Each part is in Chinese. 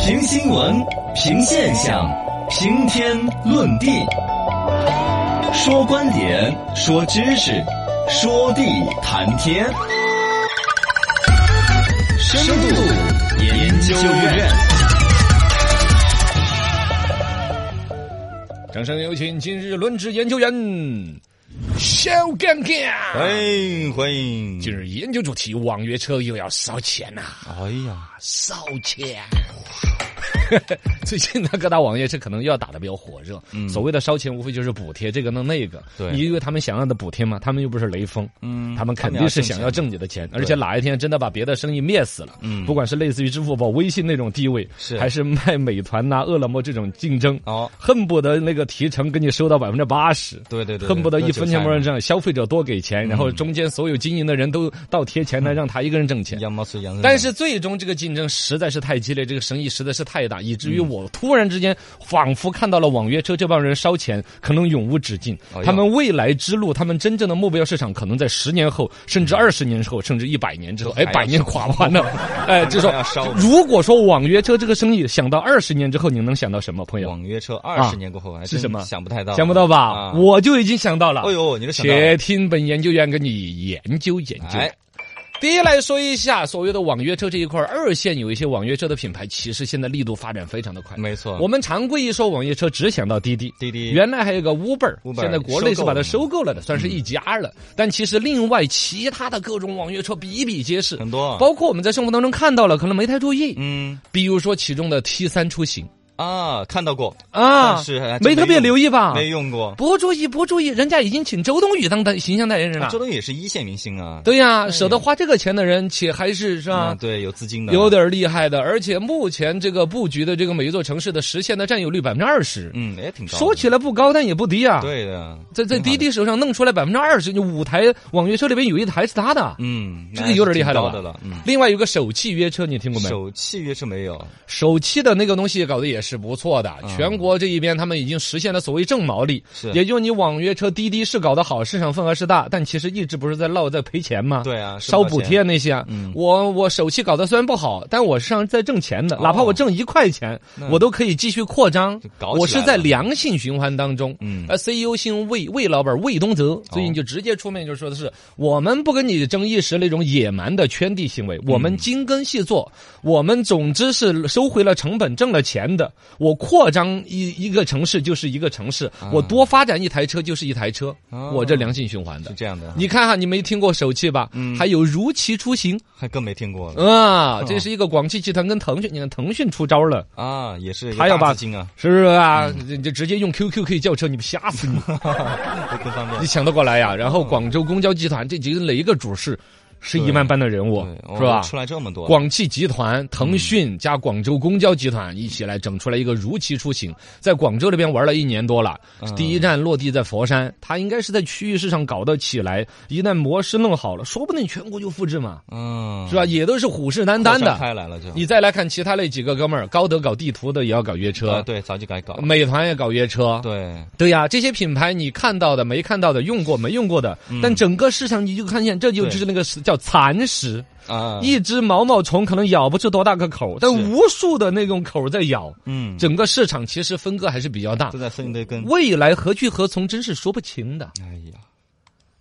评新闻，评现象，评天论地，说观点，说知识，说地谈天。深度研究院，掌声有请今日轮值研究员小刚刚。欢迎哎欢迎。今日研究主题：网约车又要烧钱呐、哎呀，烧钱！ 最近呢，各大网约车可能又要打的比较火热。所谓的烧钱，无非就是补贴这个弄那个。嗯对你以为他们想要的补贴吗？他们又不是雷锋，嗯他们肯定是想要挣你的钱，而且哪一天真的把别的生意灭死了，嗯不管是类似于支付宝、微信那种地位，是还是卖美团呐、饿了么这种竞争，哦，恨不得那个提成给你收到百分之八十。对对对，恨不得对一分钱不让。割韭菜嘛挣，消费者多给嗯钱，然后中间所有经营的人都倒贴钱来让他一个人挣钱。羊毛出羊身上。但是最终这个竞争实在是太激烈，这个生意实在是太大，以至嗯于我突然之间仿佛看到了网约车这帮人烧钱可能永无止境哎呀。他们未来之路，他们真正的目标市场可能在十年后，甚至二十年后，甚至一百年之后。哎，嗯还要百年垮 完了，哎，就说还要烧如果说网约车这个生意想到二十年之后，你能想到什么，朋友？网约车二十年过后还真是什么想不太到，想不到吧？啊我就已经想到了。哎呦，你这想到了且听本研究员给你研究研究。哎第一来说一下所谓的网约车这一块儿，二线有一些网约车的品牌，其实现在力度发展非常的快。没错，我们常规一说网约车，只想到滴滴。滴滴原来还有个 Uber，, Uber，现在国内是把它收嗯收购了的，算是一家了。但其实另外其他的各种网约车比比皆是，很多，包括我们在生活当中看到了，可能没太注意。嗯比如说其中的 T 三出行啊，看到过，啊但，是还真没特别用留意吧？没用过。不注意，不注意，人家已经请周冬雨当代形象代言人了啊周。冬雨也是一线明星啊，对呀、舍得花这个钱的人，且还是是啊，吧？对，有资金的，有，点厉害的，而且目前这个布局的这个每一座城市的实现的占有率百分之二十，嗯，也挺高的。说起来不高，但也不低啊。，对的，在在挺好的滴，滴手上弄出来百分之二十，就五台网约车里边有一台是他的。嗯，这个有点厉害了了吧的了，嗯，另外有个手气约车，你听过没？手契约是没有，手气的那个东西搞得也是不错的，全国这一边他们已经实现了所谓正毛利，是也就你网约车滴滴是搞得好，市场份额是大，但其实一直不是在闹在赔钱吗？对啊，收烧不到补钱贴，那些啊，嗯我我手气搞得虽然不好，但我是在挣钱的，哦哪怕我挣一块钱那，我都可以继续扩张就搞起来。了我是在良性循环当中。呃嗯哦而 CEO 姓魏，魏老板魏东泽最近就直接出面就说的是，我们不跟你争一时那种野蛮的圈地行嗯为，我们精耕细作，我们总之是收回了成本，挣了钱的。我扩张一一个城市就是一个城市，我多发展一台车就是一台车，啊哦我这良性循环的是。这样的，你看哈，你没听过手气吧？嗯还有如期出行还更没听过了啊，这是一个广汽集团跟腾讯，你看腾讯出招了，啊，也是有还要大把资金啊，是不是啊？你就直接用 QQ 可以叫车，你不吓 死你！会更方便你。想得过来呀、然后广州公交集团这几个哪一个主事是一万般的人物对，哦是吧？出来嗯这么多，广汽集团、腾讯加广州公交集团一起来整出来一个如期出行，在广州那边玩了一年多了，嗯第一站落地在佛山，它应该是在区域市场搞得起来，一旦模式弄好了，说不定全国就复制嘛，嗯，是吧？也都是虎视眈眈扩散的。开来了就，你再来看其他那几个哥们儿，高德搞地图的也要搞约啊，车，对，早就该搞了，美团也搞约车，对，对呀，这些品牌你看到的、没看到的、用过没用过的，嗯但整个市场你就看见，这就是那个是叫蚕食，啊，一只毛毛虫可能咬不出多大个口，但无数的那种口在咬，嗯，整个市场其实分割还是比较大都。在分一堆根，未来何去何从，真是说不清的。哎呀，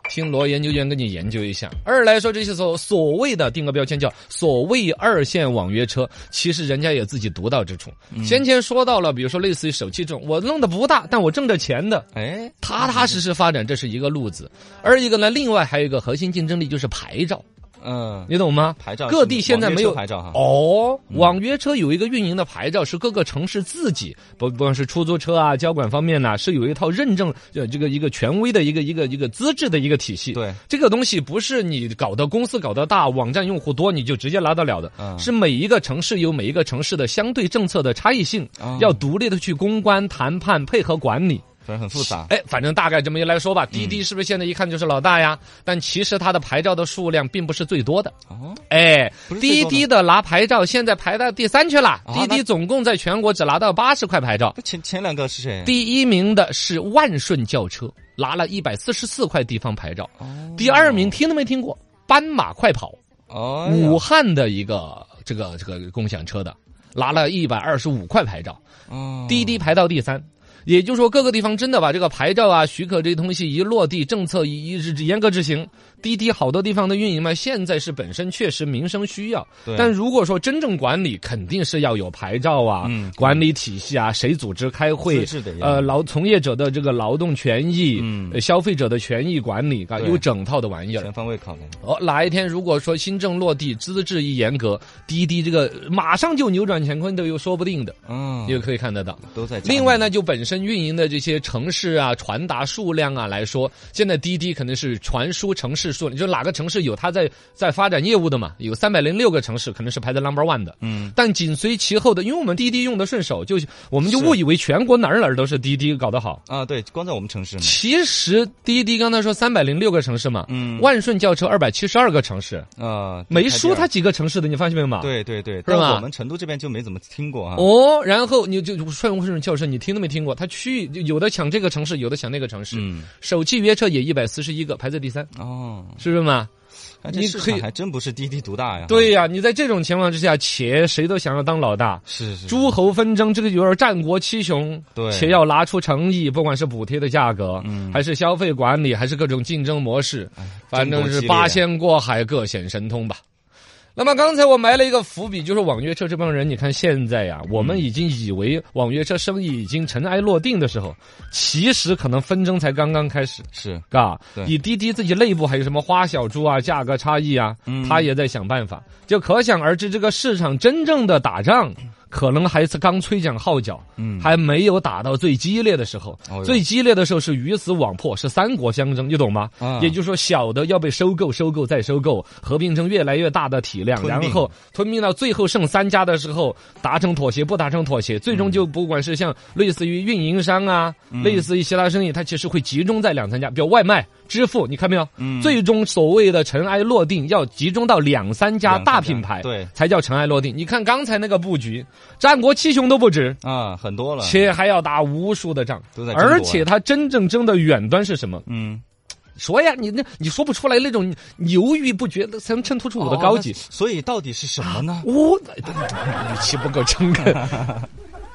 听罗研究员跟你研究一下。二来说这些所所谓的定个标签叫所谓二线网约车，其实人家也自己独到之处。先前说到了，比如说类似于手气这种，我弄的不大，但我挣着钱的，哎，踏踏实实发展，这是一个路子。而一个呢，另外还有一个核心竞争力就是牌照，嗯，你懂吗？牌照各地现在没有网约车牌照哈，哦，网约车有一个运营的牌照，是各个城市自己，不不管是出租车啊、交管方面呐、是有一套认证，呃，这个一个权威的一个一个一个资质的一个体系。对，这个东西不是你搞的公司搞得大，网站用户多你就直接拿得了的，嗯是每一个城市有每一个城市的相对政策的差异性，哦要独立的去公关、谈判、配合管理。反正很复杂，哎，反正大概这么一来说嗯吧，滴滴是不是现在一看就是老大呀？但其实它的牌照的数量并不是最多的。哦，哎不是，最滴多的滴的拿牌照现在排到第三去了。啊滴滴那总共在全国只拿到八十块牌照，那前前两个是谁？第一名的是万顺轿车，拿了一百四十四块地方牌照。哦第二名听都没听过，斑马快跑，哦，哎武汉的一个这个这个共享车的。拿了一百二十五块牌照，哦，滴滴排到第三。也就是说，各个地方真的把这个牌照啊、许可这些东西一落地，政策一一直严格执行。滴滴好多地方的运营嘛，现在是本身确实民生需要，对但如果说真正管理，肯定是要有牌照啊、嗯管理体系啊，谁组织开会资质得，要呃，劳从业者的这个劳动权益、嗯呃消费者的权益管理，啊，对有整套的玩意儿全。方位考量。哦，哪一天如果说新政落地，资质一严格，滴滴这个马上就扭转乾坤都有说不定的，嗯，也可以看得到。都在。另外，呢，就本身运营的这些城市啊、传达数量啊来说，现在滴滴可能是传输城市数量，就哪个城市有它在在发展业务的嘛，有三百零六个城市可能是排在 number one 的。嗯，但紧随其后的，因为我们滴滴用的顺手，就我们就误以为全国哪儿哪儿都是滴滴搞得好。啊，对，光在我们城市嘛，其实滴滴刚才说三百零六个城市嘛，嗯万顺轿车二百七十二个城市，啊，没输他。它几个城市的，你发现没有嘛？。啊对对对，吧但我们成都这边就没怎么听过啊。哦，然后你就就顺顺轿车，你听都没听过，它区域就有的抢这个城市，有的抢那个城市。嗯，首汽约车也一百四十一个，排在第三，哦，是不是嘛？那这你市可以场还真不是滴滴独大呀。对，呀、你在这种情况之下，且谁都想要当老大，是是。诸侯纷争，这个有点战国七雄。对且要拿出诚意，不管是补贴的价格，嗯哎还是消费管理，还是各种竞争模式，反正是争夺激烈八仙过海，各显神通吧。那么刚才我埋了一个伏笔，就是网约车这帮人，你看现嗯在呀、我们已经以为网约车生意已经尘埃落定的时候，其实可能纷争才刚刚开始。是嘎对，你滴滴自己内部还有什么花小猪啊、价格差异啊，嗯他也在想办法，就可想而知，这个市场真正的打仗。可能还是刚吹响号角，嗯还没有打到最激烈的时候。哦哟最激烈的时候是鱼死网破，是三国相争，你懂吗？啊也就是说，小的要被收购、收购再收购，合并成越来越大的体量，吞然并后吞并到最后剩三家的时候，达成妥协不达成妥协，最终嗯就不管是像类似于运营商啊，类似于其他生意，它其实会集中在两三家，比如外卖、支付，你看没有？嗯最终所谓的尘埃落定，要集中到两三两家三家大品牌，对才叫尘埃落定。你看刚才那个布局，战国七雄都不止。啊，很多了。且还要打无数的仗都在，争夺而且它真正争的远端是什么？嗯，说呀，你那你说不出来那种犹豫不决的，才能衬托出我的高级哦。那所以到底是什么呢？我、语气不够诚 恳。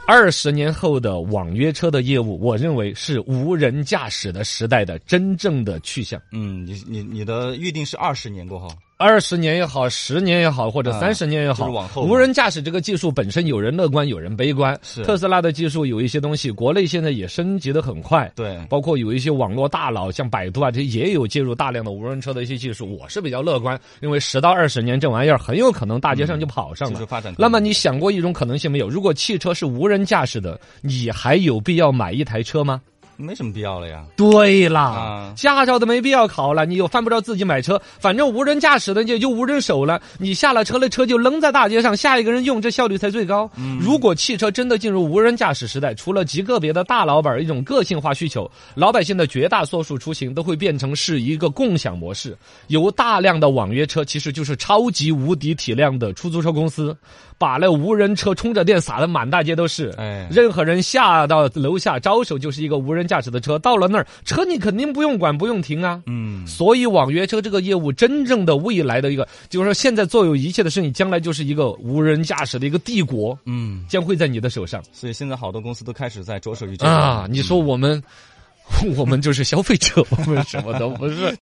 二十年后的网约车的业务，我认为是无人驾驶的时代的真正的去向。嗯，你你你的预定是二十年过后，二十年也好，十年也好，或者啊三十年也好，就是往后嘛无人驾驶这个技术本身，有人乐观，有人悲观。是特斯拉的技术有一些东西，国内现在也升级的很快。对包括有一些网络大佬，像百度啊，这些也有介入大量的无人车的一些技术。我是比较乐观，认为十到二十年这玩意儿很有可能大街上就跑上技了。术发展。那么你想过一种可能性没有？如果汽车是无人驾驶的，你还有必要买一台车吗？没什么必要了呀。对啦，啊驾照都没必要考了，你又犯不着自己买车，反正无人驾驶的就就无人手了，你下了车那车就扔在大街上，下一个人用，这效率才最高。如果汽车真的进入无人驾驶时代，除了极个别的大老板儿一种个性化需求，老百姓的绝大多数出行都会变成是一个共享模式，由大量的网约车，其实就是超级无敌体量的出租车公司，把那无人车充着电撒的满大街都是。哎任何人下到楼下招手就是一个无人驾驶的车，到了那儿车你肯定不用管不用停啊。嗯，所以网约车这个业务真正的未来的一个，就是说现在做有一切的生意，将来就是一个无人驾驶的一个帝国，嗯，将会在你的手上嗯所以现在好多公司都开始啊在着手于这个嗯 啊！你说我们，我们就是消费者，我们什么都不是。